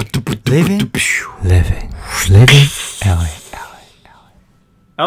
Living Living Living LA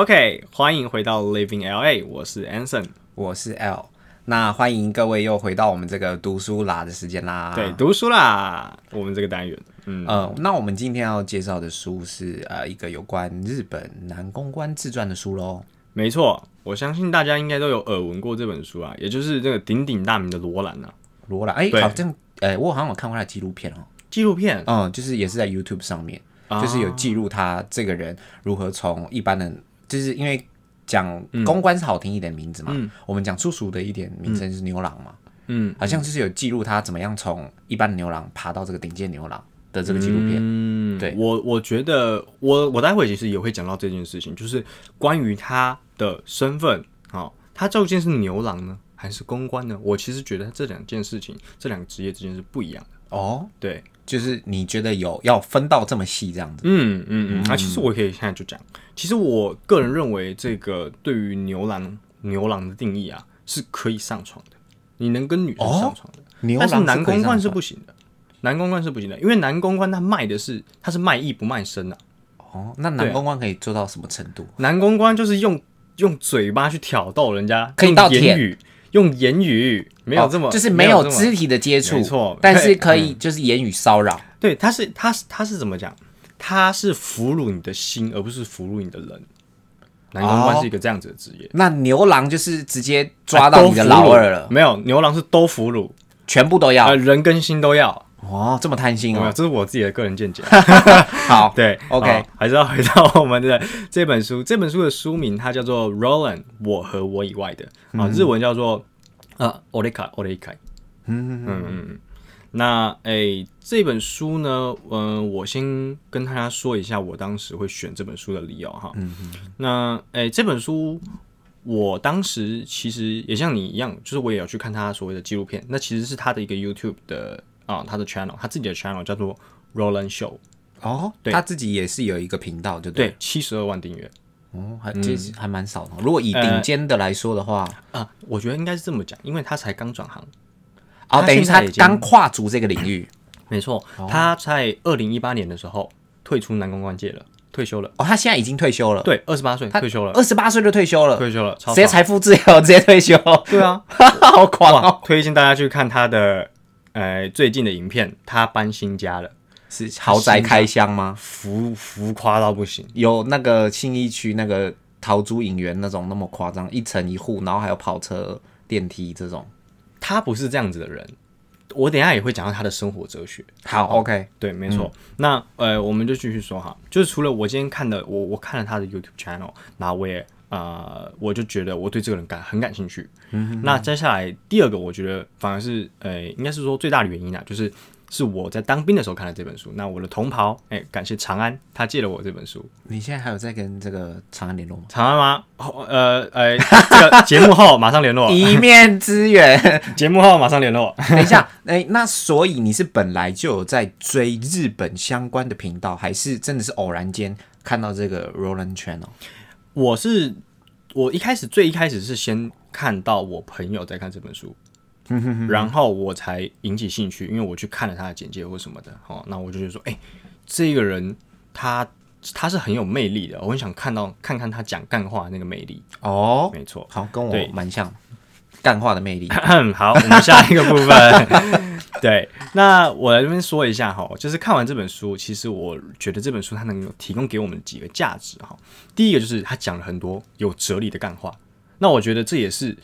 OK，欢迎回到 Living LA，我是 Anson。我是 L。那欢迎各位又回到我们这个读书啦的时间啦。对，读书啦，我们这个单元，嗯，呃，那我们今天要介绍的书是呃一个有关日本南宫关自传的书喽。没错，我相信大家应该都有耳闻过这本书啊，也就是这个鼎鼎大名的罗兰啊，罗兰，哎、对好像，哎、我好像有看过他的纪录片哦。纪录片，嗯，就是也是在 YouTube 上面，啊就是有记录他这个人如何从一般的，就是因为讲嗯公关是好听一点的名字嘛，我们讲粗俗的一点名称是牛郎嘛，嗯好像就是有记录他怎么样从一般的牛郎爬到这个顶尖牛郎的这个纪录片。嗯，对我我觉得我我待会其实也会讲到这件事情，就是关于他的身份，好、他究竟是牛郎呢，还是公关呢？我其实觉得这两件事情，这两个职业之间是不一样的。哦，对，就是你觉得有要分到这么细这样子？嗯嗯嗯，啊，其实我可以现在就讲，其实我个人认为，这个对于牛郎牛郎的定义啊，是可以上床的，你能跟女生上床的，哦牛但是郎男公关关是不行的，男公关是不行的，因为男公关他卖的是他是卖艺不卖身啊，哦，那男公关可以做到什么程度？男公关就是用用嘴巴去挑逗人家，可以用到舔言语，用言语没有这么、哦就是没没有这么肢体的接触，没错但是可以就是言语骚扰。对，他是他是他是怎么讲？他是俘虏你的心，而不是俘虏你的人。男公关哦是一个这样子的职业。那牛郎就是直接抓到你的老二了，没有，牛郎是哎都俘虏，全部都啊，要。人跟心都要。哦，这么贪心没有，哦。这是我自己的个人见解。好，对 OK 好还是要回到我们的这本书。 这本书的书名它叫做《Roland》，我和我以外的啊，日文叫做呃 o r e k a o r e k a 嗯嗯嗯。那诶、这本书呢，嗯、我先跟大家说一下我当时会选这本书的理由哈。嗯那诶、这本书我当时其实也像你一样，就是我也有去看他所谓的纪录片，那其实是他的一个 YouTube 的啊，他的 channel，他自己的 channel 叫做 Roland Show。哦，对他自己也是有一个频道，就对。对，嗯七十二万订阅哦，还其实还蛮少的。如果以顶尖的来说的话，啊，我觉得应该是这么讲，因为他才刚转行，哦，呃他等于现在他已经刚跨足这个领域。没错，他在二零一八年的时候退出男公关界了，退休了，哦，他现在已经退休了，对，呃二十八岁退休了，二十八岁就退休了，退休了，超直接爽财富自由，直接退休，对啊，好狂哇哦！，推荐大家去看他的呃最近的影片，他搬新家了，是 豪宅开箱吗？浮浮夸到不行，有那个信义区那个桃珠影园那种那么夸张，一层一户，然后还有跑车、电梯这种。他不是这样子的人，我等一下也会讲到他的生活哲学，好，OK，对，没错。那呃，我们就继续说哈，就是除了我今天看的，我我看了他的 YouTube channel，那我也呃，我就觉得我对这个人感很感兴趣。那接下来第二个，我觉得反而是呃，应该是说最大的原因啊，就是是我在当兵的时候看了这本书。那我的同袍，哎、感谢长安，他借了我这本书。？你现在还有在跟这个长安联络吗长安吗？哦、呃呃，这个节目后马上联络，一面之缘。节目后马上联络。等一下，哎、那所以你是本来就有在追日本相关的频道，还是真的是偶然间看到这个 Roland Channel？我是我一开始最一开始是先看到我朋友在看这本书，然后我才引起兴趣，因为我去看了他的简介或什么的。哦，那我就觉得说，哎、这个人他他是很有魅力的，我很想看到看看他讲干话的那个魅力。哦，没错，好，跟对我蛮像，干话的魅力。好，我们下一个部分。对，那我来这边说一下哈，就是看完这本书，其实我觉得这本书它能提供给我们几个价值哈。第一个就是它讲了很多有哲理的干话，那我觉得这也是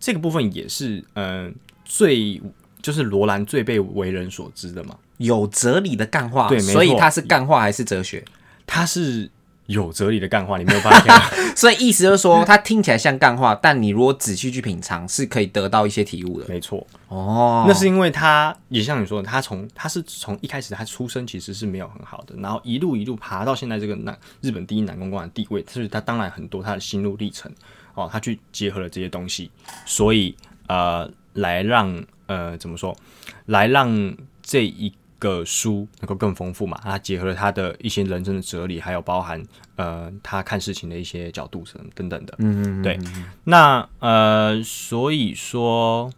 这个部分也是嗯、呃最就是罗兰最被为人所知的嘛，有哲理的干话，对没错所以它是干话还是哲学？ 他是有哲理的干话，你没有发现吗？ 所以意思就是说，它听起来像干话，但你如果仔细去品尝，是可以得到一些体悟的。没错，哦，那呃是因为他也像你说的，他从他是从一开始他出生其实是没有很好的，然后一路一路爬到现在这个男日本第一男公关的地位，所以他当然很多他的心路历程哦，他去结合了这些东西，所以呃，来让呃怎么说，来让这一个书能够更丰富嘛，他结合了他的一些人生的哲理，还有包含呃他看事情的一些角度等等等的，嗯嗯，对，那呃所以说。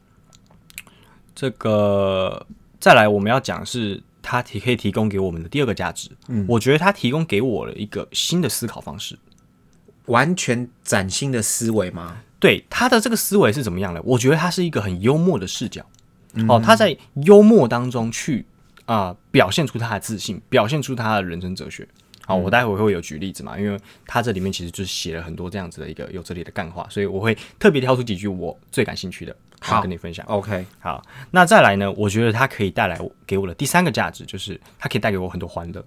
这个再来我们要讲是它提可以提供给我们的第二个价值。嗯，我觉得它提供给我了一个新的思考方式。完全崭新的思维吗？对他的这个思维是怎么样的？我觉得他是一个很幽默的视角。哦，他在幽默当中去啊、呃表现出他的自信，表现出他的人生哲学。好，我待会会有举例子嘛，因为他这里面其实就是写了很多这样子的一个有哲理的干话，所以我会特别挑出几句我最感兴趣的，好跟你分享。 OK，好，那再来呢？我觉得它可以带来我给我的第三个价值，就是它可以带给我很多欢乐。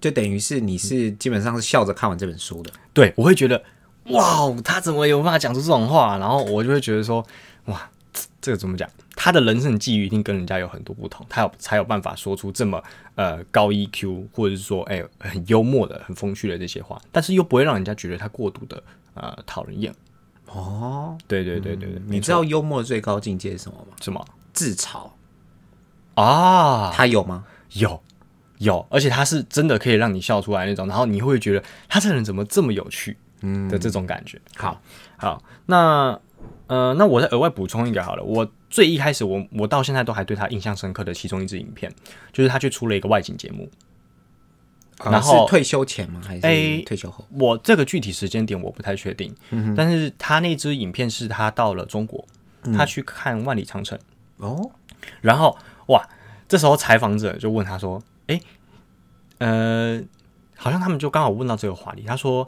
就等于是你是基本上是笑着看完这本书的，对我会觉得，哇，他怎么有办法讲出这种话？然后我就会觉得说，哇，这个怎么讲？他的人生际遇一定跟人家有很多不同，他有才有办法说出这么呃高 EQ，或者是说哎、很幽默的、很风趣的这些话，但是又不会让人家觉得他过度的呃讨人厌。哦，对对对对对，你知道幽默的最高境界是什么吗？什么自嘲，啊？他有吗？有有，而且他是真的可以让你笑出来那种，然后你会觉得他这人怎么这么有趣，嗯的这种感觉。好，好，那呃，那我再额外补充一个好了，我最一开始我我到现在都还对他印象深刻的其中一支影片，就是他去出了一个外景节目。呃然后是退休前吗？还是哎退休后？我这个具体时间点我不太确定，但是他那支影片是他到了中国，他去看万里长城，哦，然后哇，这时候采访者就问他说：“诶，呃，好像他们就刚好问到这个话题，他说。”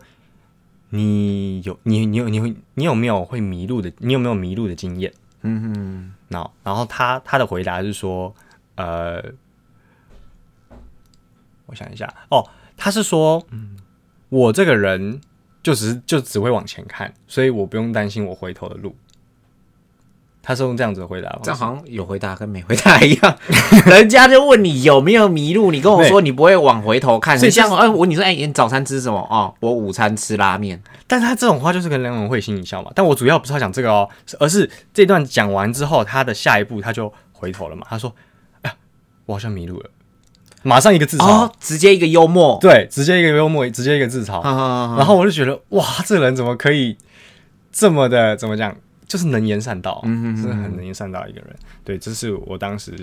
你有你你有你会你有没有会迷路的？你有没有迷路的经验？嗯然后然后他他的回答是说，呃，我想一下，哦，他是说，我这个人就只是就只会往前看，所以我不用担心我回头的路。他是用这样子的回答这方样式，好像有回答跟没回答一样， 人家就问你有没有迷路，你跟我说你不会往回头看，所以你像就哎我你说哎你早餐吃什么哦？我午餐吃拉面，但是他这种话就是跟两人会心一笑嘛。但我主要不是要讲这个哦，是而是这段讲完之后，他的下一步他就回头了嘛。他说：“哎、我好像迷路了。”马上一个自嘲，哦，直接一个幽默，对，直接一个幽默，直接一个自嘲。啊，然后我就觉得哇，这人怎么可以这么的怎么讲，就是能言善道，嗯真的很能言善道的一个人。对，这是我当时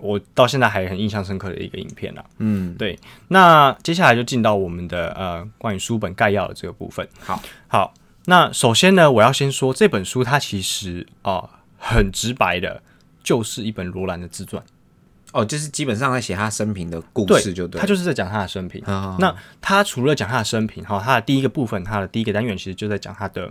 我到现在还很印象深刻的一个影片啦。嗯，对，那接下来就进到我们的呃关于书本概要的这个部分。好，好，那首先呢，我要先说这本书它其实啊、很直白的，就是一本罗兰的自传。哦，就是基本上在写他生平的故事就对，他就是在讲他的生平。啊那他除了讲他的生平，哈，他的第一个部分，他的第一个单元其实就在讲他的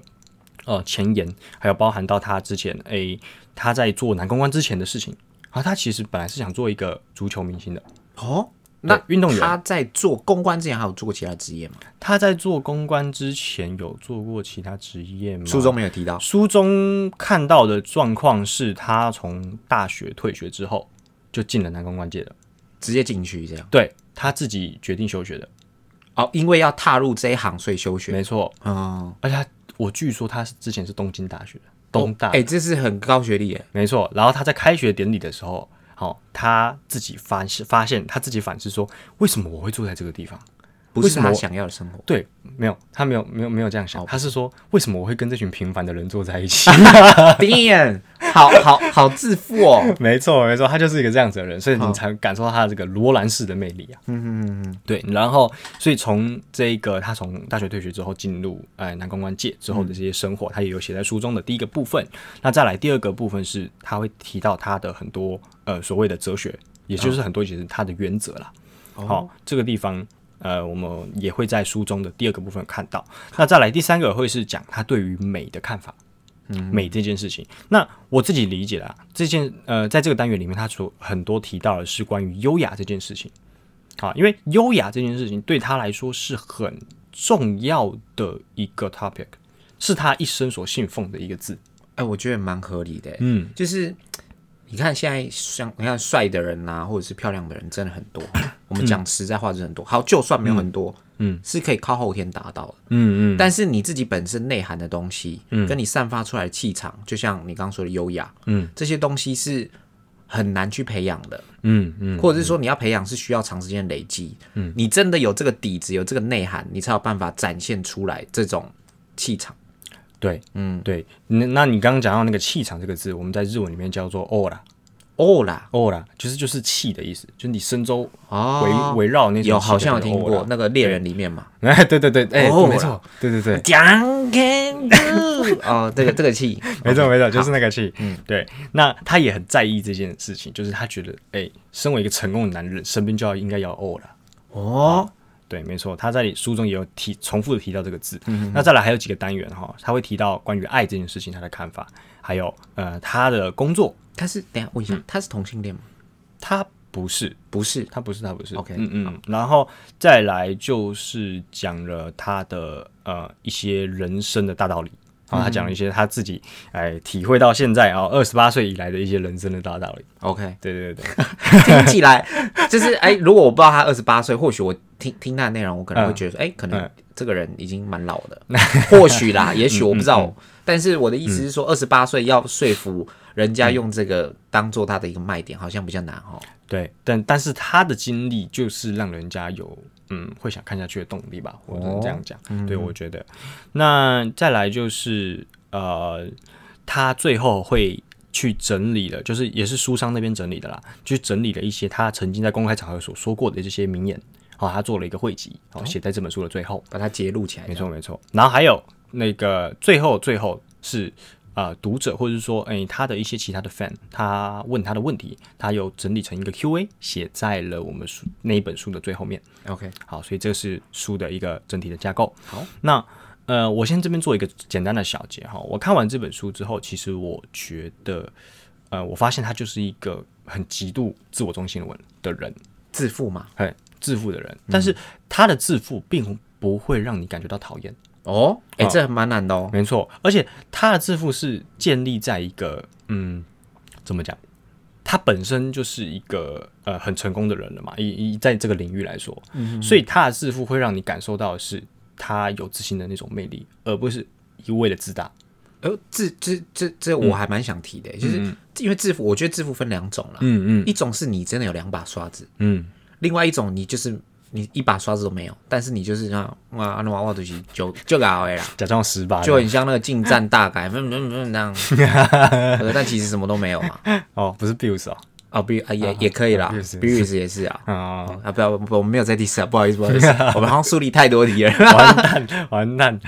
呃前言，还有包含到他之前诶、他在做男公关之前的事情。啊，他其实本来是想做一个足球明星的，哦，那对运动员他在做公关之前还有做过其他职业吗？他在做公关之前有做过其他职业吗？书中没有啊提到，书中看到的状况是他从大学退学之后就进了男公关界的，直接进去这样对他自己决定休学的，哦，因为要踏入这一行所以休学，没错。嗯，而且他我据说他是之前是东京大学的，东大，哎，这是很高学历耶，没错。然后他在开学典礼的时候，好、他自己发现发现他自己反思说，为什么我会住在这个地方？不为是什么他我想要的生活， 对，没有，他没有没有没有这样想，他是说为什么我会跟这群平凡的人坐在一起？ Damn，好好好自负哦。没错，没错，他就是一个这样子的人，所以你才感受到他这个罗兰式的魅力啊。嗯嗯嗯，对。然后，所以从这个他从大学退学之后进入呃男公关界之后的这些生活，他也有写在书中的第一个部分。那再来第二个部分是，他会提到他的很多呃所谓的哲学，也就是很多其实他的原则啦。好、这个地方。呃，我们也会在书中的第二个部分看到。那再来第三个会是讲他对于美的看法。美这件事情。那我自己理解啦，这件呃，在这个单元里面，他所很多提到的是关于优雅这件事情。好，啊因为优雅这件事情对他来说是很重要的一个 topic，是他一生所信奉的一个字。哎、我觉得蛮合理的。欸嗯，就是你看现在像你看帅的人呐、或者是漂亮的人真的很 多。我们讲实在话，真的很多。好，就算没有很多，嗯，是可以靠后天达到的。嗯嗯但是你自己本身内涵的东西，嗯，跟你散发出来的气场，就像你刚刚说的优雅，嗯，这些东西是很难去培养的。嗯嗯，或者是说你要培养是需要长时间累积，嗯，你真的有这个底子，有这个内涵，你才有办法展现出来这种气场。对，嗯对。那那你刚刚讲到那个气场这个字，我们在日文里面叫做 aura。哦啦，哦啦，就是就是气的意思，就是你四周哦围围绕那种气的有好像有听过哦啦。那个猎人里面嘛，哎，对 对对，哎，哦啦没错，对对对，讲给 哦，这个这个气，没错没错，就是那个气。嗯，对。那他也很在意这件事情，就是他觉得，哎，身为一个成功的男人，身边就要应该要哦啦。哦，对，没错，他在书中也有提重复的提到这个字。那再来还有几个单元哈，他会提到关于爱这件事情他的看法，还有呃他的工作，他是等一下问一下，他是同性恋吗？他不是，嗯不是，他不是，他不是。 OK，嗯嗯。然后再来就是讲了他的呃一些人生的大道理。啊，他讲了一些他自己哎体会到现在啊二十八岁以来的一些人生的大道理。 OK，对对对对，听起来 就是哎、如果我不知道他二十八岁，或许我听听他的内容，我可能会觉得说，哎、可能嗯这个人已经蛮老的，或许 啦，也许我不知道。但是我的意思是说，二十八岁要说服人家用这个当做他的一个卖点，好像比较难哦。对，但但是他的经历就是让人家有嗯会想看下去的动力吧，我只能这样讲。对，我觉得。那再来就是呃，他最后会去整理了，就是也是书商那边整理的啦，去整理了一些他曾经在公开场合所说过的这些名言。好、他做了一个汇集，好、写在这本书的最后。把它揭露起来没，错没错。然后还有那个最后最后是呃读者或者是说哎、他的一些其他的 fan，他问他的问题，他有整理成一个 Q&A 写在了我们书那一本书的最后面。 OK，好，所以这是书的一个整体的架构。好，那呃，我先这边做一个简单的小结哈。我看完这本书之后，其实我觉得，呃，我发现他就是一个很极度自我中心的文的人，自负嘛。很自负的人。但是他的自负并不会让你感觉到讨厌，哦，哎、这蛮难的哦。没错，而且他的自负是建立在一个嗯，怎么讲？他本身就是一个呃很成功的人了嘛，以以在这个领域来说，所以他的自负会让你感受到的是他有自信的那种魅力，而不是一味的自大。呃，自这这这我还蛮想提的，就是因为自负，我觉得自负分两种啦。嗯一种是你真的有两把刷子，嗯另外一种你就是你一把刷子都没有，但是你就是那样哇啊那娃娃就是就就搞哎啦，嗯，假装失败 就很像那个近战大改，嗯嗯嗯那样，呃但其实什么都没有嘛。哦，不是 Bills 哦，啊，比啊也也可以啦 Abuse 也是 b i u s 也是啊。啊、啊，不要，不我们没有在第四啊，不好意思，不好意思，我们好像树立太多敌人。 完蛋，完蛋。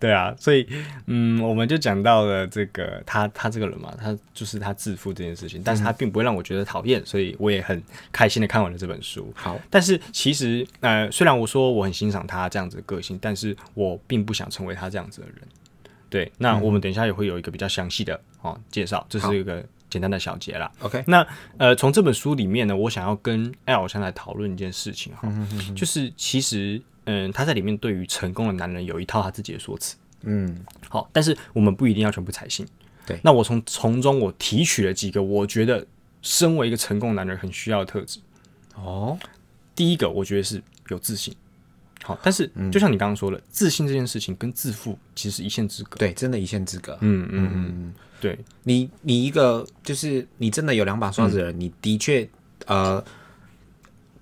对啊，所以嗯，我们就讲到了这个他他这个人嘛，他就是他自负这件事情，但是他并不会让我觉得讨厌，所以我也很开心的看完了这本书。 好，但是其实呃，虽然我说我很欣赏他这样子的个性，但是我并不想成为他这样子的人。对，那我们等一下也会有一个比较详细的哦介绍，这好是一个简单的小结啦。 OK 那呃，从这本书里面呢，我想要跟 L 先来讨论一件事情哈，就是其实嗯，他在里面对于成功的男人有一套他自己的说辞，嗯，好，但是我们不一定要全部采信。对那我从从中我提取了几个我觉得身为一个成功男人很需要的特质。哦，第一个，我觉得是有自信。好，但是就像你刚刚说的，自信这件事情跟自负其实是一线之隔。对，真的一线之隔。嗯嗯嗯，对，你你一个就是你真的有两把刷子的人，嗯你的确呃，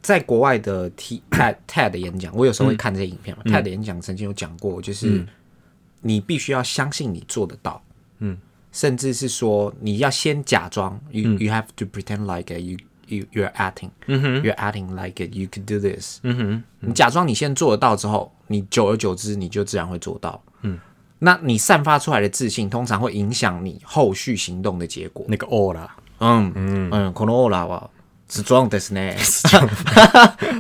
在国外的 T TED TED 演讲，我有时嗯候会看这些影片嘛。TED 演讲曾经有讲过，就是你必须要相信你做得到，嗯，甚至是说你要先假装，you、you have to pretend like uh, you you you're acting，嗯哼， you're acting like it, you could do this。嗯哼，你假装你先做得到之后，你久而久之你就自然会做到。嗯，那你散发出来的自信，通常会影响你后续行动的结果。那个 all 啦，嗯嗯嗯，可能啦吧，是装的是呢，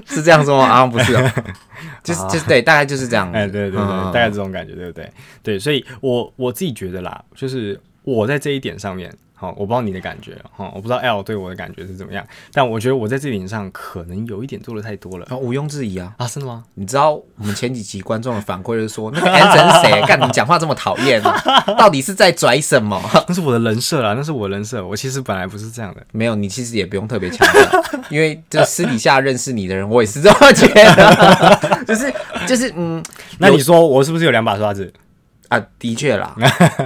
是这样说吗？啊，不是哦， 就是就是对，大概就是这样。哎，对对对，嗯大概这种感觉，对不对？对，所以我我自己觉得啦，就是我在这一点上面，好，我不知道你的感觉，哈，我不知道 L 对我的感觉是怎么样，但我觉得我在这点上可能有一点做的太多了啊毋庸置疑啊。啊，真的吗？你知道我们前几集观众的反馈就是说，那个 Anson 是谁？干，你讲话这么讨厌，啊到底是在拽什么？那是我的人设啦，那是我的人设，我其实本来不是这样的。没有，你其实也不用特别强调，因为就私底下认识你的人，我也是这么觉得， 就是就是嗯，那你说我是不是有两把刷子啊，的确啦，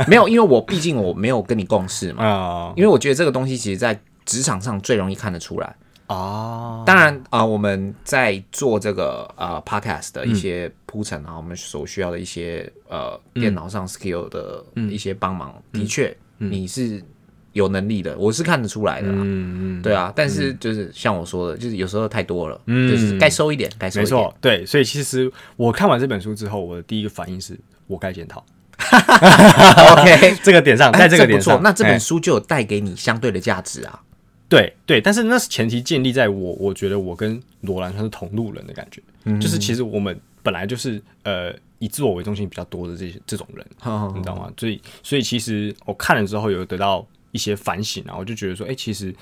没有，因为我毕竟我没有跟你共事嘛，啊？因为我觉得这个东西其实在职场上最容易看得出来。啊，当然啊、呃我们在做这个呃 podcast 嗯的一些铺陈啊，我们所需要的一嗯些呃电脑上 skill 的一些帮忙，的确你是有能力的，我是看得出来的啦。嗯嗯，对啊，但是就是像我说的，就是有时候太多了，嗯就是该收一点，该收没一点。错，对，所以其实我看完这本书之后，我的第一个反应是我该检讨。 OK，这个点上， 在哎这个不点错上，，那这哎本书就有带给你相对的价值啊。对对，但是那是前提建立在我，我觉得我跟罗兰算是同路人的感觉，就是其实我们本来就是呃以自我为中心比较多的这些这种人，哦你知道吗？所以所以其实我看了之后有得到一些反省啊，我就觉得说，哎、其实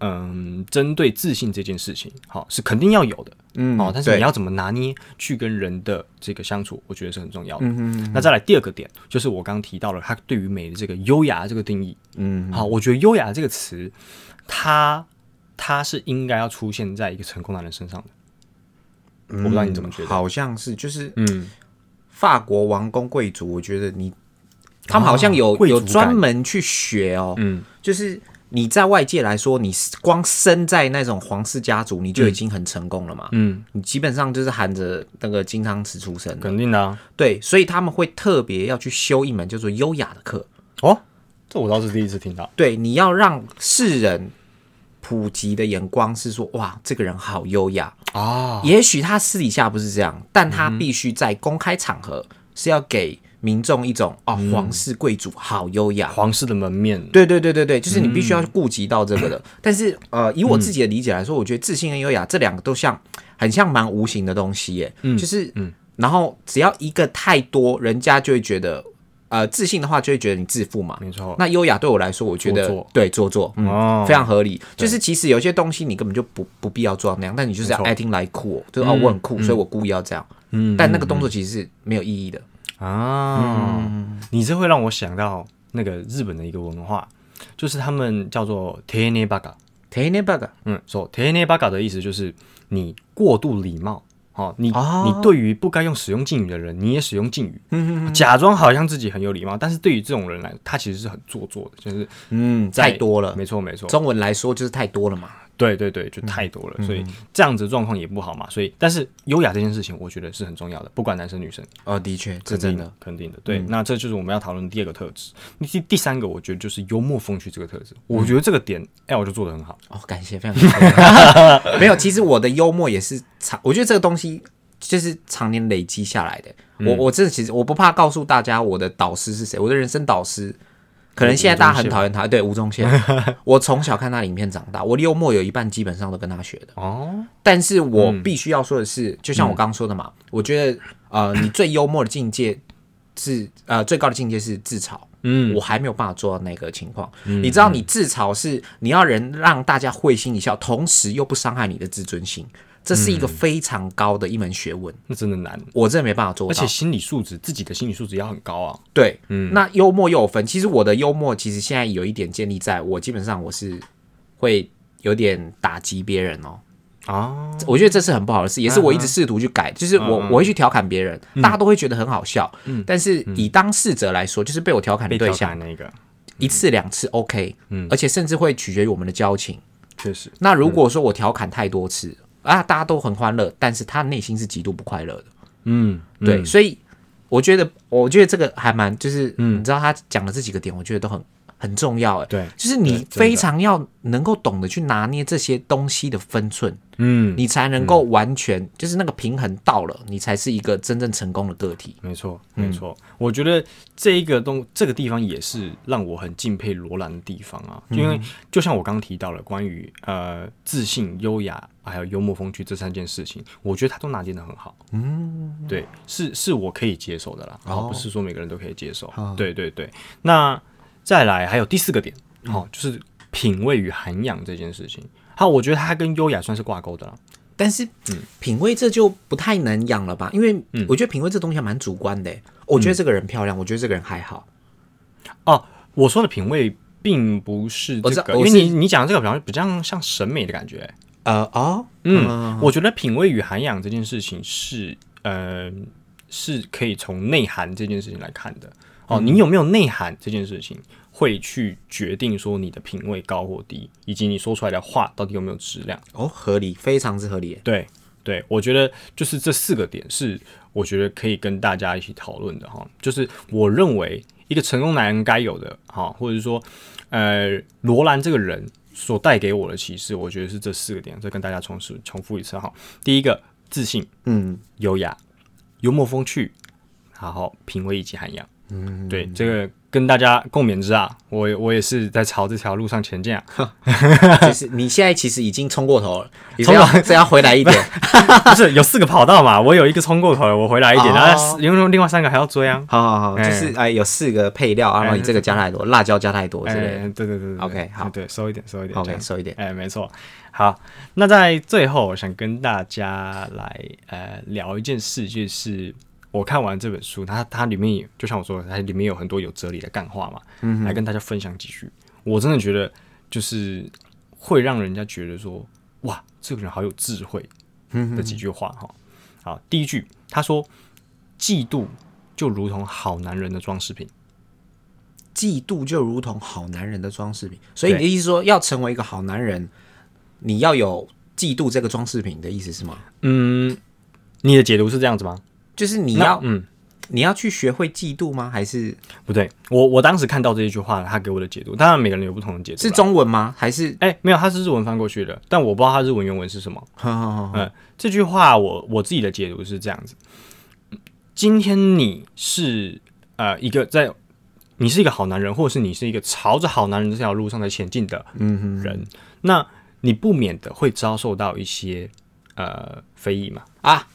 嗯，针对自信这件事情，好是肯定要有的，嗯哦，但是对你要怎么拿捏去跟人的这个相处，我觉得是很重嗯要的。那再来第二个点，就是我刚刚提到了他对于美的这个优雅这个定义。嗯，好，我觉得优雅这个词，它它是应该要出现在一个成功男人身上的。我不知道你怎么觉得。嗯好像是就是嗯，法国王公贵族，我觉得你啊他们好像有、贵族有感专门去学哦，嗯，就是你在外界来说，你光生在那种皇室家族，你就已经很成功了嘛，嗯，你基本上就是含着那个金汤匙出生的，肯定的、啊。对，所以他们会特别要去修一门叫做优雅的课，哦，这我倒是第一次听到。对，你要让世人。普及的眼光是说，哇，这个人好优雅。啊，也许他私底下不是这样，但他必须在公开场合是要给民众一种哦，皇室贵族好优雅，皇室的门面。对对对对对，就是你必须要顾及到这个的。但是呃，以我自己的理解来说，我觉得自信跟优雅这两个都像很像蛮无形的东西耶，就是嗯，然后只要一个太多，人家就会觉得呃，自信的话就会觉得你自负嘛。没错。那优雅对我来说，我觉得做作对做作，嗯，哦非常合理。就是其实有些东西你根本就不不必要做到那样，但你就是要没错 acting like cool，就是哦我很酷，所以我故意要这样。嗯，但那个动作其实是没有意义的。嗯啊，你这会让我想到那个日本的一个文化，就是他们叫做 t e n e b a g a t e n e b u g 嗯，so t e n e b a g a 的意思就是你过度礼貌，哦，你、哦你对于不该用使用敬语的人，你也使用敬语，嗯假装好像自己很有礼貌，但是对于这种人来，他其实是很做作的，就是嗯，在太多了。没错没错，中嗯文来说就是太多了嘛。对对对，就太多了，所以这样子的状况也不好嘛，所以但是优雅这件事情，我觉得是很重要的，不管男生女生，哦，的确，这肯真定的，嗯肯定的，对，那这就是我们要讨论的第二个特质，第第三个我觉得就是幽默风趣这个特嗯质，我觉得这个点 L 就做得很好，哦，感谢，非常感 谢。没有，其实我的幽默也是常，我觉得这个东西就是常年累积下来的。我我真的其实我不怕告诉大家我的导师是谁，我的人生导师。可能现在大家很讨厌他，对吴宗 宪，我从小看他的影片长大，我的幽默有一半基本上都跟他学的。哦，但是我必须要说的是，就像我刚刚说的嘛，嗯我觉得呃，你最幽默的境界是呃最高的境界是自嘲，嗯，我还没有办法做到那个情况。你知道，你自嘲是你要人让大家会心一笑，同时又不伤害你的自尊心，这是嗯一个非常高的一门学问，那真的难，我真的没办法做而到且。心理素质，自己的心理素质要很高啊，对，那幽默又有分，其实我的幽默其实现在有一点建立在我基本上我是会有点打击别人哦。啊，我觉得这是很不好的事，也是我一嗯直试图去改，就是我我会去调侃别人，大家都会觉得很好笑，但是以当事者来说，就是被我调侃的嗯被对调象侃那嗯个，一次两次 OK，而且甚至会取决于我们的交情。确实，那如嗯果说我调侃太多次啊，大家都很欢乐，但是他内心是极度不快乐的，嗯，对，所以我觉得，我觉得这个还蛮就是，你知道他讲的这几个点，我觉得都很很重要，哎，嗯对就是对你真的非常要能够懂得去拿捏这些东西的分寸，嗯，你才能够完全、就是那个平衡到了，你才是一个真正成功的个体。没错，没错。我觉得这一个东这个地方也是让我很敬佩罗兰的地方啊，因为就像我刚提到了关于呃自信、优雅还有幽默风趣这三件事情，我觉得他都拿捏的很好。嗯，对，是是我可以接受的啦，然后不是说每个人都可以接受。对对对，那再来还有第四个点，好、就是品味与涵养这件事情。好，我觉得它跟优雅算是挂钩的啦。但是品味这就不太能养了吧？因为我觉得品味这东西还蛮主观的、欸我觉得这个人漂亮，我觉得这个人还好。哦，我说的品味并不是我知这道个，我因为是你你讲的这个比较比较像审美的感觉。呃哦，嗯，我觉得品味与涵养这件事情是呃是可以从内涵这件事情来看的。嗯哦，你有没有内涵这件事情，会去决定说你的品味高或低，以及你说出来的话到底有没有质量。哦，合理，非常之合理、欸对对，我觉得就是这四个点是我觉得可以跟大家一起讨论的哈。就是我认为一个成功男人该有的，好，或者是说，呃，罗兰这个人所带给我的启示，我觉得是这四个点，再跟大家重述重复一次哈。第一个，自信、嗯，优雅、幽默风趣，然后品味以及涵养。嗯，对，这个跟大家共勉之啊，我也我也是在朝这条路上前进啊。就是你现在其实已经冲过 头了，你这要这要回来一点， 不是有四个跑道嘛，我有一个冲过头了，我回来一点，哦然后因为另外三个还要追啊。 好好好，哎就是哎有四个配料，然后你这个加太多，辣椒加太多哎之类的对对对对对 OK，好对，收一点，收一点这，OK 样收一点，哎，没错。好，那在最后，我想跟大家来呃聊一件事，就是我看完这本书，它它里面有就像我说的，它里面有很多有哲理的干话嘛，嗯、来跟大家分享几句。我真的觉得就是会让人家觉得说，哇，这个人好有智慧的几句话哈。好，第一句他说，嫉妒就如同好男人的装饰品。嫉妒就如同好男人的装饰品，所以你对的意思说要成为一个好男人，你要有嫉妒这个装饰品的意思是吗？嗯，你的解读是这样子吗？就是你那要嗯。你要去学会嫉妒吗？还是不对，我我当时看到这一句话，他给我的解读，当然每个人有不同的解读啦。是中文吗？还是哎、没有，他是日文翻过去的，但我不知道他日文原文是什么。 好好好好嗯，这句话我我自己的解读是这样子：今天你是呃一个在你是一个好男人，或者是你是一个朝着好男人这条路上在前进的嗯人，那你不免的会遭受到一些呃非议嘛。啊，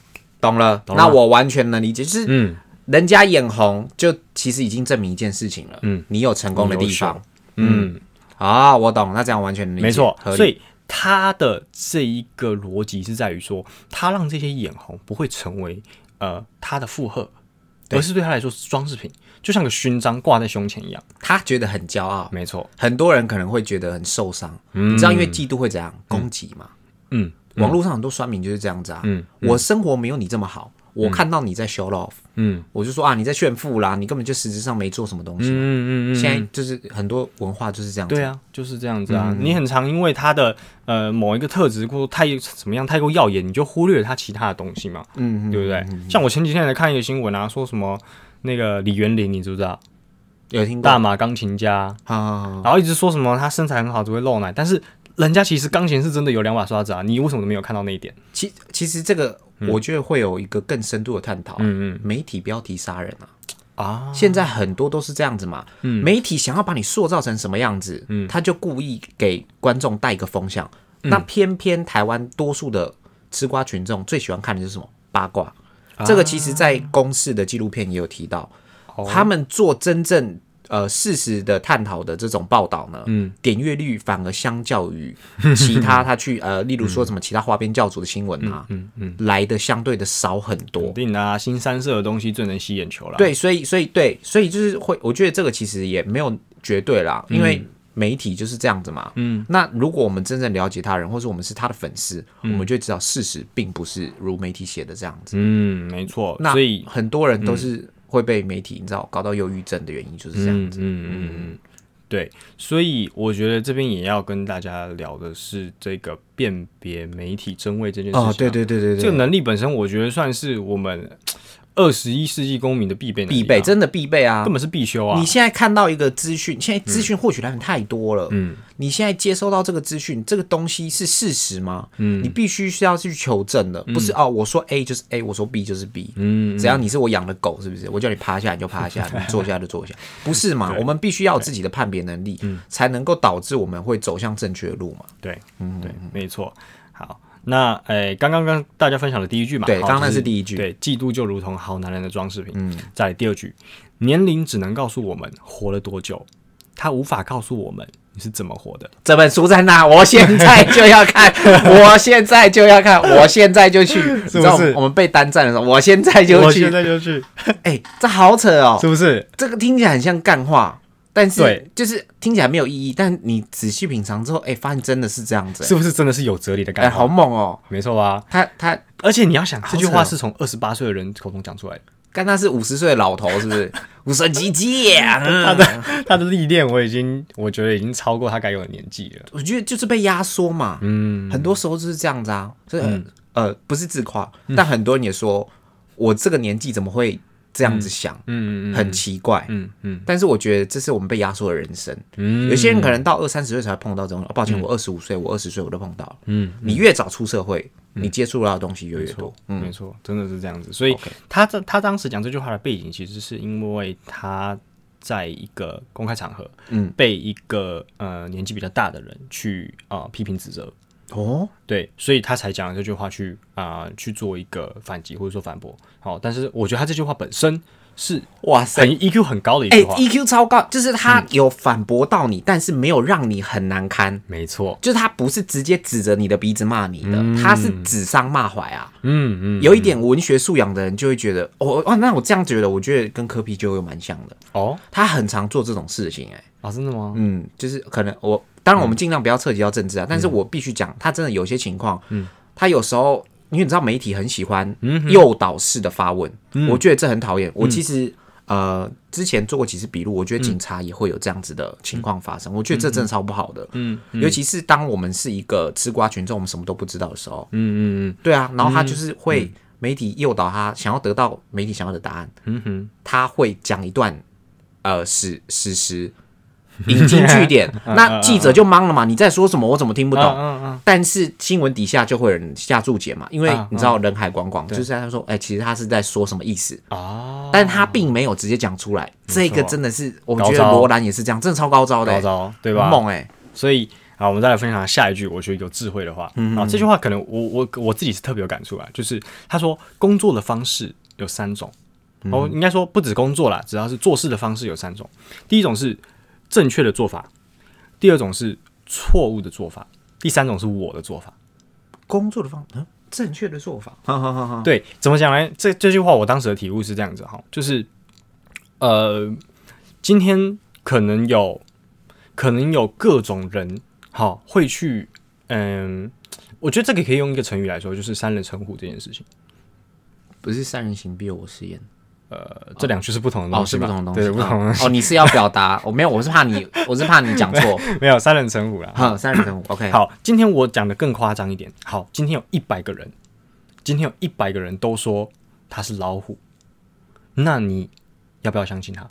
懂了，懂了那我完全能理解，就是嗯，人家眼红，就其实已经证明一件事情了，嗯，你有成功的地方嗯，啊，我懂，那这样完全能理解，没错合，理所以他的这一个逻辑是在于说，他让这些眼红不会成为呃他的负荷，而是对他来说是装饰品，就像个勋章挂在胸前一样。他觉得很骄傲，没错，很多人可能会觉得很受伤，你知道，因为嫉妒会怎样攻击嘛？嗯，网络上很多酸民就是这样子啊。嗯我生活没有你这么好，我看到你在 show off，嗯我就说啊，你在炫富啦，你根本就实质上没做什么东西。嗯嗯嗯，现在就是很多文化就是这样子。对，啊，就是这样子嗯啊。你很常因为他的呃某一个特质过太怎么样太过耀眼，你就忽略了他其他的东西嘛，嗯，对不对？像我前几天才看一个新闻啊，说什么那个李元林，你知不知道？有听过。大马钢琴家，好好好好然后一直说什么他身材很好，只会露奶，但是人家其实钢琴是真的有两把刷子啊，你为什么没有看到那一点？其其实这个我觉得会有一个更深度的探讨。啊嗯媒体标题杀人啊，嗯啊，现在很多都是这样子嘛。媒体想要把你塑造成什么样子，他就故意给观众带一个风向。那偏偏台湾多数的吃瓜群众最喜欢看的就是什么八卦？这个其实，在公视的纪录片也有提到，他们做真正呃事实的探讨的这种报道呢，点阅率反而相较于其他他去呃，例如说什么其他花边教主的新闻啊，来的相对的少很多肯。定啊，新三色的东西最能吸眼球了。，对，所以所以对，所以就是会，我觉得这个其实也没有绝对啦，因为媒体就是这样子嘛。嗯，那如果我们真正了解他人，或是我们是他的粉丝，我们就知道事实并不是如媒体写的这样子。嗯，没错，那所以嗯很多人都是会被媒体，你知道搞到忧郁症的原因就是这样子。嗯嗯嗯，对，所以我觉得这边也要跟大家聊的是这个辨别媒体真伪这件事情、啊哦，对，对对对这个对，能力本身，我觉得算是我们二十一世纪公民的必备能力啊、必备，真的必备啊根！本是必修啊你。现在看到一个资讯，现在资讯获取来源太多了。嗯，你现在接收到这个资讯，这个东西是事实吗？嗯，你必须是要去求证的，不是哦，我说 A 就是 A，我说 B 就是 B。嗯，只要你是我养的狗，是不是？我叫你趴下你就趴 下，你坐下就坐下，不是嘛？我们必须要有自己的判别能力，才能够导致我们会走向正确的路嘛。对，嗯，对，没错。好，那诶，刚刚刚大家分享的第一句嘛，对好刚刚就那是第一句对，嫉妒就如同好男人的装饰品。嗯，再来第二句，年龄只能告诉我们活了多久，他无法告诉我们你是怎么活的。这本书在哪？我现在就要 看，我现在就要看，我现在就 去。你知道是不是我们被单战的时候，我现在就去。就去， 哎、这好扯哦，是不是？这个听起来很像干话，但是对就是听起来没有意义。但你仔细品尝之后，哎、发现真的是这样子、欸是不是真的是有哲理的哎、感觉？好猛哦！没错吧？他他而且你要想，这句好话扯哦是从二十八岁的人口中讲出来的，干他是五十岁的老头，是不是？五十 几届啊，嗯 他的历练我已经，我觉得已经超过他该有的年纪了。我觉得就是被压缩嘛。嗯，很多时候就是这呃样子嗯啊，这、呃不是自夸，但很多人也说我这个年纪怎么会这样子想，嗯嗯很奇怪。嗯嗯但是我觉得这是我们被压缩的人生。嗯有些人可能到二三十岁才会碰到这种。哦抱歉，我二十五岁，我二十岁我都碰到了。嗯，你越早出社会，你接触到的东西就越多。嗯，没错，真的是这样子。所以他这他当时讲这句话的背景，其实是因为他在一个公开场合，嗯，被一个呃年纪比较大的人去啊、呃批评指责，哦，对，所以他才讲了这句话去啊、去做一个反击或者说反驳。好，但是我觉得他这句话本身是哇塞！很 EQ 很高的一哎、句话， e q 超高，就是他有反驳到你，但是没有让你很难堪。没错，就是他不是直接指着你的鼻子骂你的，他是指桑骂槐啊。嗯嗯，有一点文学素养的人就会觉得，哦哦，那我这样觉得，我觉得跟科比就有蛮像的。哦他很常做这种事情、哎，啊，真的吗？嗯，就是可能我当然我们尽量不要涉及到政治啊，但是我必须讲，他真的有些情况，嗯，他有时候因为你知道媒体很喜欢诱导式的发问，我觉得这很讨厌。我其实呃之前做过几次笔录，我觉得警察也会有这样子的情况发生，我觉得这真的超不好的，嗯，尤其是当我们是一个吃瓜群众，我们什么都不知道的时候，嗯嗯对啊，然后他就是会媒体诱导他想要得到媒体想要的答案，嗯嗯哼，他会讲一段呃史史实， 引经据典，那记者就懵了嘛，你在说什么？我怎么听不嗯懂？嗯嗯，但是新闻底下就会有人下注解嘛，因为嗯你知道人海广广，就是他说，哎，其实他是在说什么意思，啊，但他并没有直接讲出来。这个真的是，我觉高得招罗兰也是这样，真的超高招的，高哎招对吧？很猛哎，所以啊，我们再来分享下一句，我觉得有智慧的话、啊，这句话可能我我我自己是特别有感触啊，就是他说工作的方式有三种，哦，应该说不止工作啦，只要是做事的方式有三种，第一种是正确的做法，第二种是错误的做法，第三种是我的做法。工作的方嗯正确的做法，哈哈哈哈，对，怎么讲呢？这这句话我当时的体悟是这样子哈，就是呃，今天可能有可能有各种人好会去嗯。我觉得这个可以用一个成语来说，就是“三人成虎”这件事情。不是三人行必有我师焉。呃，这两句是不同的哦，东是西不吧，同的东西，对，不同的东西。 哦，你是要表达， 我没有，我是怕你，我是怕你讲错。没有“三人成虎”啦。好，三人 成虎，OK。，好，今天我讲的更夸张一点。好，今天有一百个人，今天有一百个人都说他是老虎，那你要不要相信他？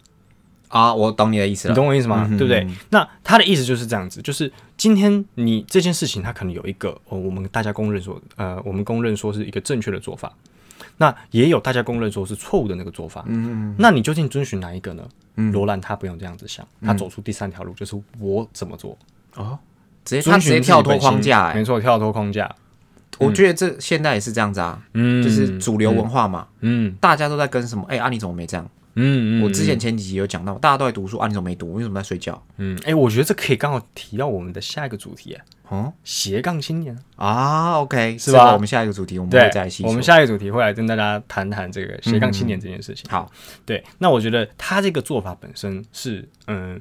啊，我懂你的意思你了。懂我意思吗？对不嗯对？那他的意思就是这样子，就是今天你这件事情，它可能有一个、哦、我们大家公认说，呃，我们公认说是一个正确的做法，那也有大家公认说是错误的那个做法。嗯嗯。那你究竟遵循哪一个呢？嗯罗兰他不用这样子想，他走出第三条路，就是我怎么做，哦，直接他遵直循接自己跳脱本心嗯框架、欸，没错，跳脱框架。我觉得这现在也是这样子啊，嗯，就是主流文化嘛，嗯大家都在跟什么？哎、啊，你怎么没这样？嗯嗯，我之前前几集有讲到，大家都在读书啊，你怎么没读？为什么在睡觉？嗯，哎、我觉得这可以刚好提到我们的下一个主题，哎哦、斜杠青年。啊，OK，是吧这个我们下一个主题我们会再细我们说。下一个主题会来跟大家谈谈这个斜杠青年这件事情。嗯好，对，那我觉得他这个做法本身是，嗯，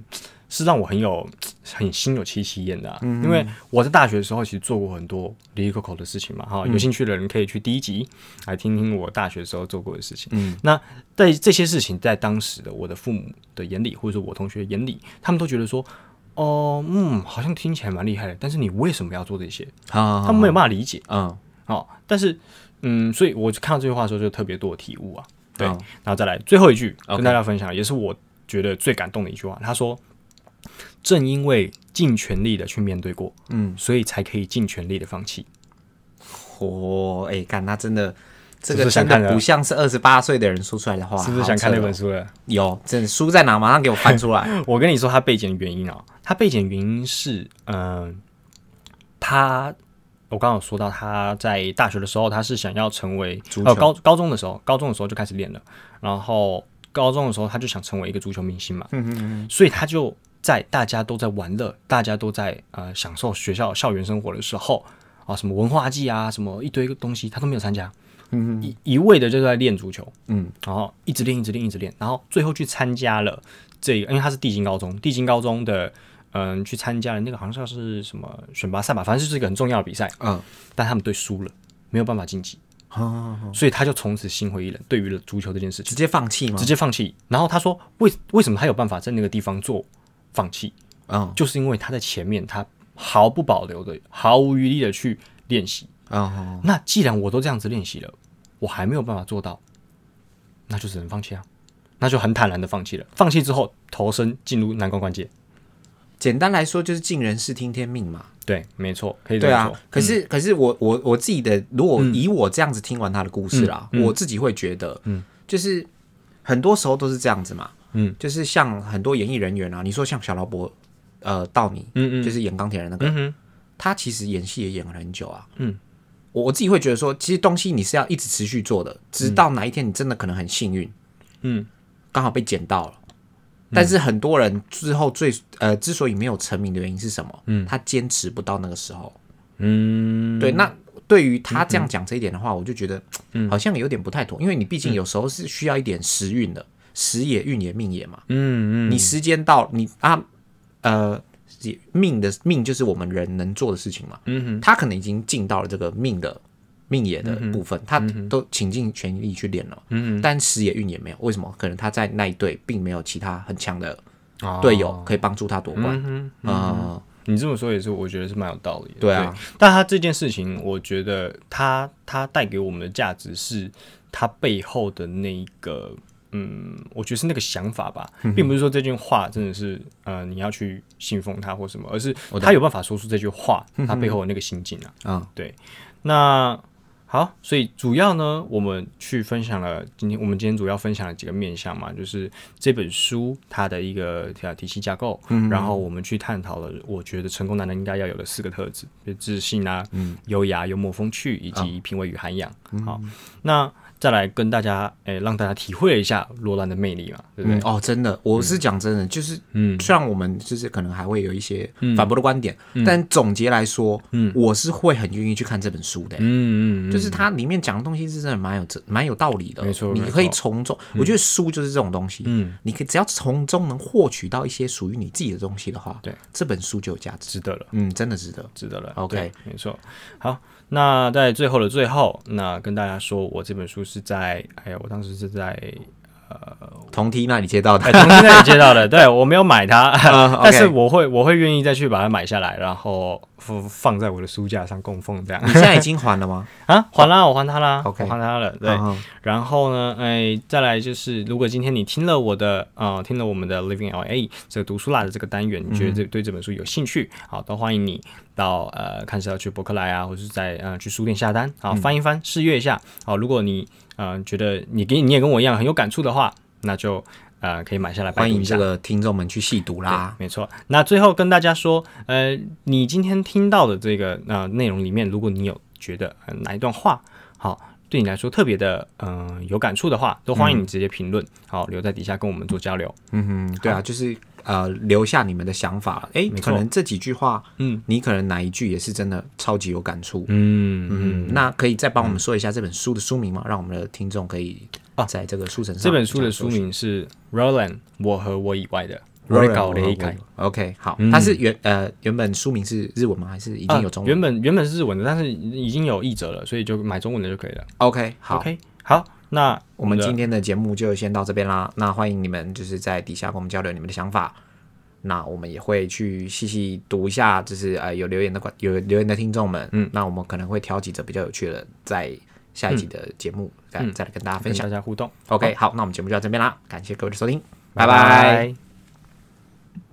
是让我很有很心有戚戚焉的、啊，嗯因为我在大学的时候其实做过很多离离口口的事情嘛，哈，嗯有兴趣的人可以去第一集来听听我大学的时候做过的事情。嗯，那在这些事情在当时的我的父母的眼里，或者是我同学眼里，他们都觉得说。哦，嗯，好像听起来蛮厉害的，但是你为什么要做这些？好好好他们没有办法理解。嗯，好、但是嗯，所以我看到这句话的时候就特别多的体悟啊。对，嗯然后再来最后一句 OK 跟大家分享，也是我觉得最感动的一句话。他说：“正因为尽全力的去面对过，嗯，所以才可以尽全力的放弃。哦，哎、看他真的。这是个不是想真看的了不像是二十八岁的人说出来的话，是不是想看那本书？书了？有，真的书在哪？马上给我翻出来。我跟你说，他被剪的原因啊，他被剪的原因是，嗯、他我刚刚有说到，他在大学的时候，他是想要成为足球呃高高中的时候，高中的时候就开始练了，然后高中的时候他就想成为一个足球明星嘛，嗯嗯嗯，所以他就在大家都在玩乐，大家都在呃享受学校校园生活的时候啊，什么文化祭啊，什么一堆东西，他都没有参加，嗯，一一味的就在练足球，嗯，然后一直练，一直练，一直练，然后最后去参加了这个，因为他是地精高中，地精高中的。嗯，去参加了那个好像是什么选拔赛吧，反正就是一个很重要的比赛。嗯，啊但他们队输了，没有办法晋级，好好好，所以他就从此心灰意冷，对于了足球这件事情直接放弃吗？直接放弃。然后他说为为什么他有办法在那个地方做放弃，嗯就是因为他在前面他毫不保留的、毫无余力的去练习。嗯，那既然我都这样子练习了，我还没有办法做到，那就只能放弃啊，那就很坦然的放弃了。放弃之后，投身进入难关关键。简单来说就是尽人事听天命嘛。对，没错，可以这对么啊说。，嗯可是、可是我我我自己的，如果以我这样子听完他的故事啦，嗯嗯我自己会觉得，嗯，就是很多时候都是这样子嘛，嗯，就是像很多演艺人员啊，你说像小劳勃，呃，道尼，嗯嗯就是演钢铁人那个，嗯哼，他其实演戏也演了很久啊，嗯，我我自己会觉得说，其实东西你是要一直持续做的，直到哪一天你真的可能很幸运，嗯，刚好被捡到了。但是很多人之后最呃之所以没有成名的原因是什么？嗯，他坚持不到那个时候。嗯，嗯对，那对于他这样讲这一点的话，我就觉得好像有点不太妥，因为你毕竟有时候是需要一点时运的，时也运也命也嘛。嗯嗯，你时间到，你啊呃也命的命就是我们人能做的事情嘛。嗯哼，他可能已经尽到了这个命的命也的部分，他都倾尽全力去练了。嗯但时也运也没有，为什么？可能他在那一队并没有其他很强的哦队友可以帮助他夺冠。嗯哼，呃，你这么说也是，我觉得是蛮有道理的。对啊但他这件事情，我觉得他他带给我们的价值是他背后的那一个，嗯，我觉得是那个想法吧，嗯并不是说这句话真的是呃你要去信奉他或什么，而是他有办法说出这句话，他背后的那个心境啊。嗯，对，那。好，所以主要呢，我们去分享了今天我们今天主要分享了几个面向嘛，就是这本书它的一个呃体系架构，然后我们去探讨了我觉得成功男人应该要有的四个特质，就是自信啊、优雅、幽默、风趣以及品味与涵养。好，那再来跟大家诶、让大家体会一下罗兰的魅力嘛，对不对？嗯哦，真的，我是讲真的，就是，嗯，虽然我们就是可能还会有一些嗯反驳的观点，但总结来说，嗯，我是会很愿意去看这本书的、嗯嗯嗯，就是它里面讲的东西是真的蛮有真蛮有道理的，没错你没错嗯可以从中，我觉得书就是这种东西，嗯，你可以只要从中能获取到一些属于你自己的东西的话，对，这本书就有价值，值得了。嗯，真的值得，值得了。 OK 对没错。好，那在最后的最后，那跟大家说，我这本书是在，哎呀，我当时是在同梯那里接到的， 哎，从那里接到的，对我没有买它， 啊，OK 但是我会我会愿意再去把它买下来，然后放放在我的书架上供奉这 样你现在已经还了吗？啊，还啦，我还它啦 OK 我还它 了，对。嗯然后呢，哎，再来就是，如果今天你听了我的，呃，听了我们的 Living LA 这个读书啦的这个单嗯元，你觉得这对这本书有兴趣，好，都欢迎你到呃，看是要去博客来啊，或者是在呃去书店下单，嗯好，翻一翻，试阅一下，好，如果你呃觉得你跟你也跟我一样很有感触的话，那就呃可以买下来拜欢读迎一下这。个听众们去细读啦，啊没错。那最后跟大家说，呃，你今天听到的这个呃内容里面，如果你有觉得、呃、哪一段话好对你来说特别的嗯、呃有感触的话，都欢迎你直接评论，好留在底下跟我们做交流。嗯哼，对啊，就是呃，留下你们的想法。诶，没错可能这几句话，嗯你可能哪一句也是真的超级有感触。嗯嗯，那可以再帮我们说一下这本书的书名吗？让我们的听众可以在这个书城上啊这本书的这书样搜寻。名是《Roland：我和我以外的》，我搞了了一一嗯改。 OK，好，它是原呃原本书名是日文吗？还是已已经有中啊嗯文原本原本是日文的，但是已经有译者了，所以就买中文的就可以了。 ？OK，好， OK，好，那我们的今天的节目就先到这边啦。那欢迎你们就是在底下跟我们交流你们的想法。那我们也会去细细读一下，就是呃有留言的观有留言的听众们，嗯，那我们可能会挑几则比较有趣的，在下一集的节目、再再来跟大家分跟享大。家互动， OK，好，那我们节目就到这边啦，感谢各位的收听，拜拜拜拜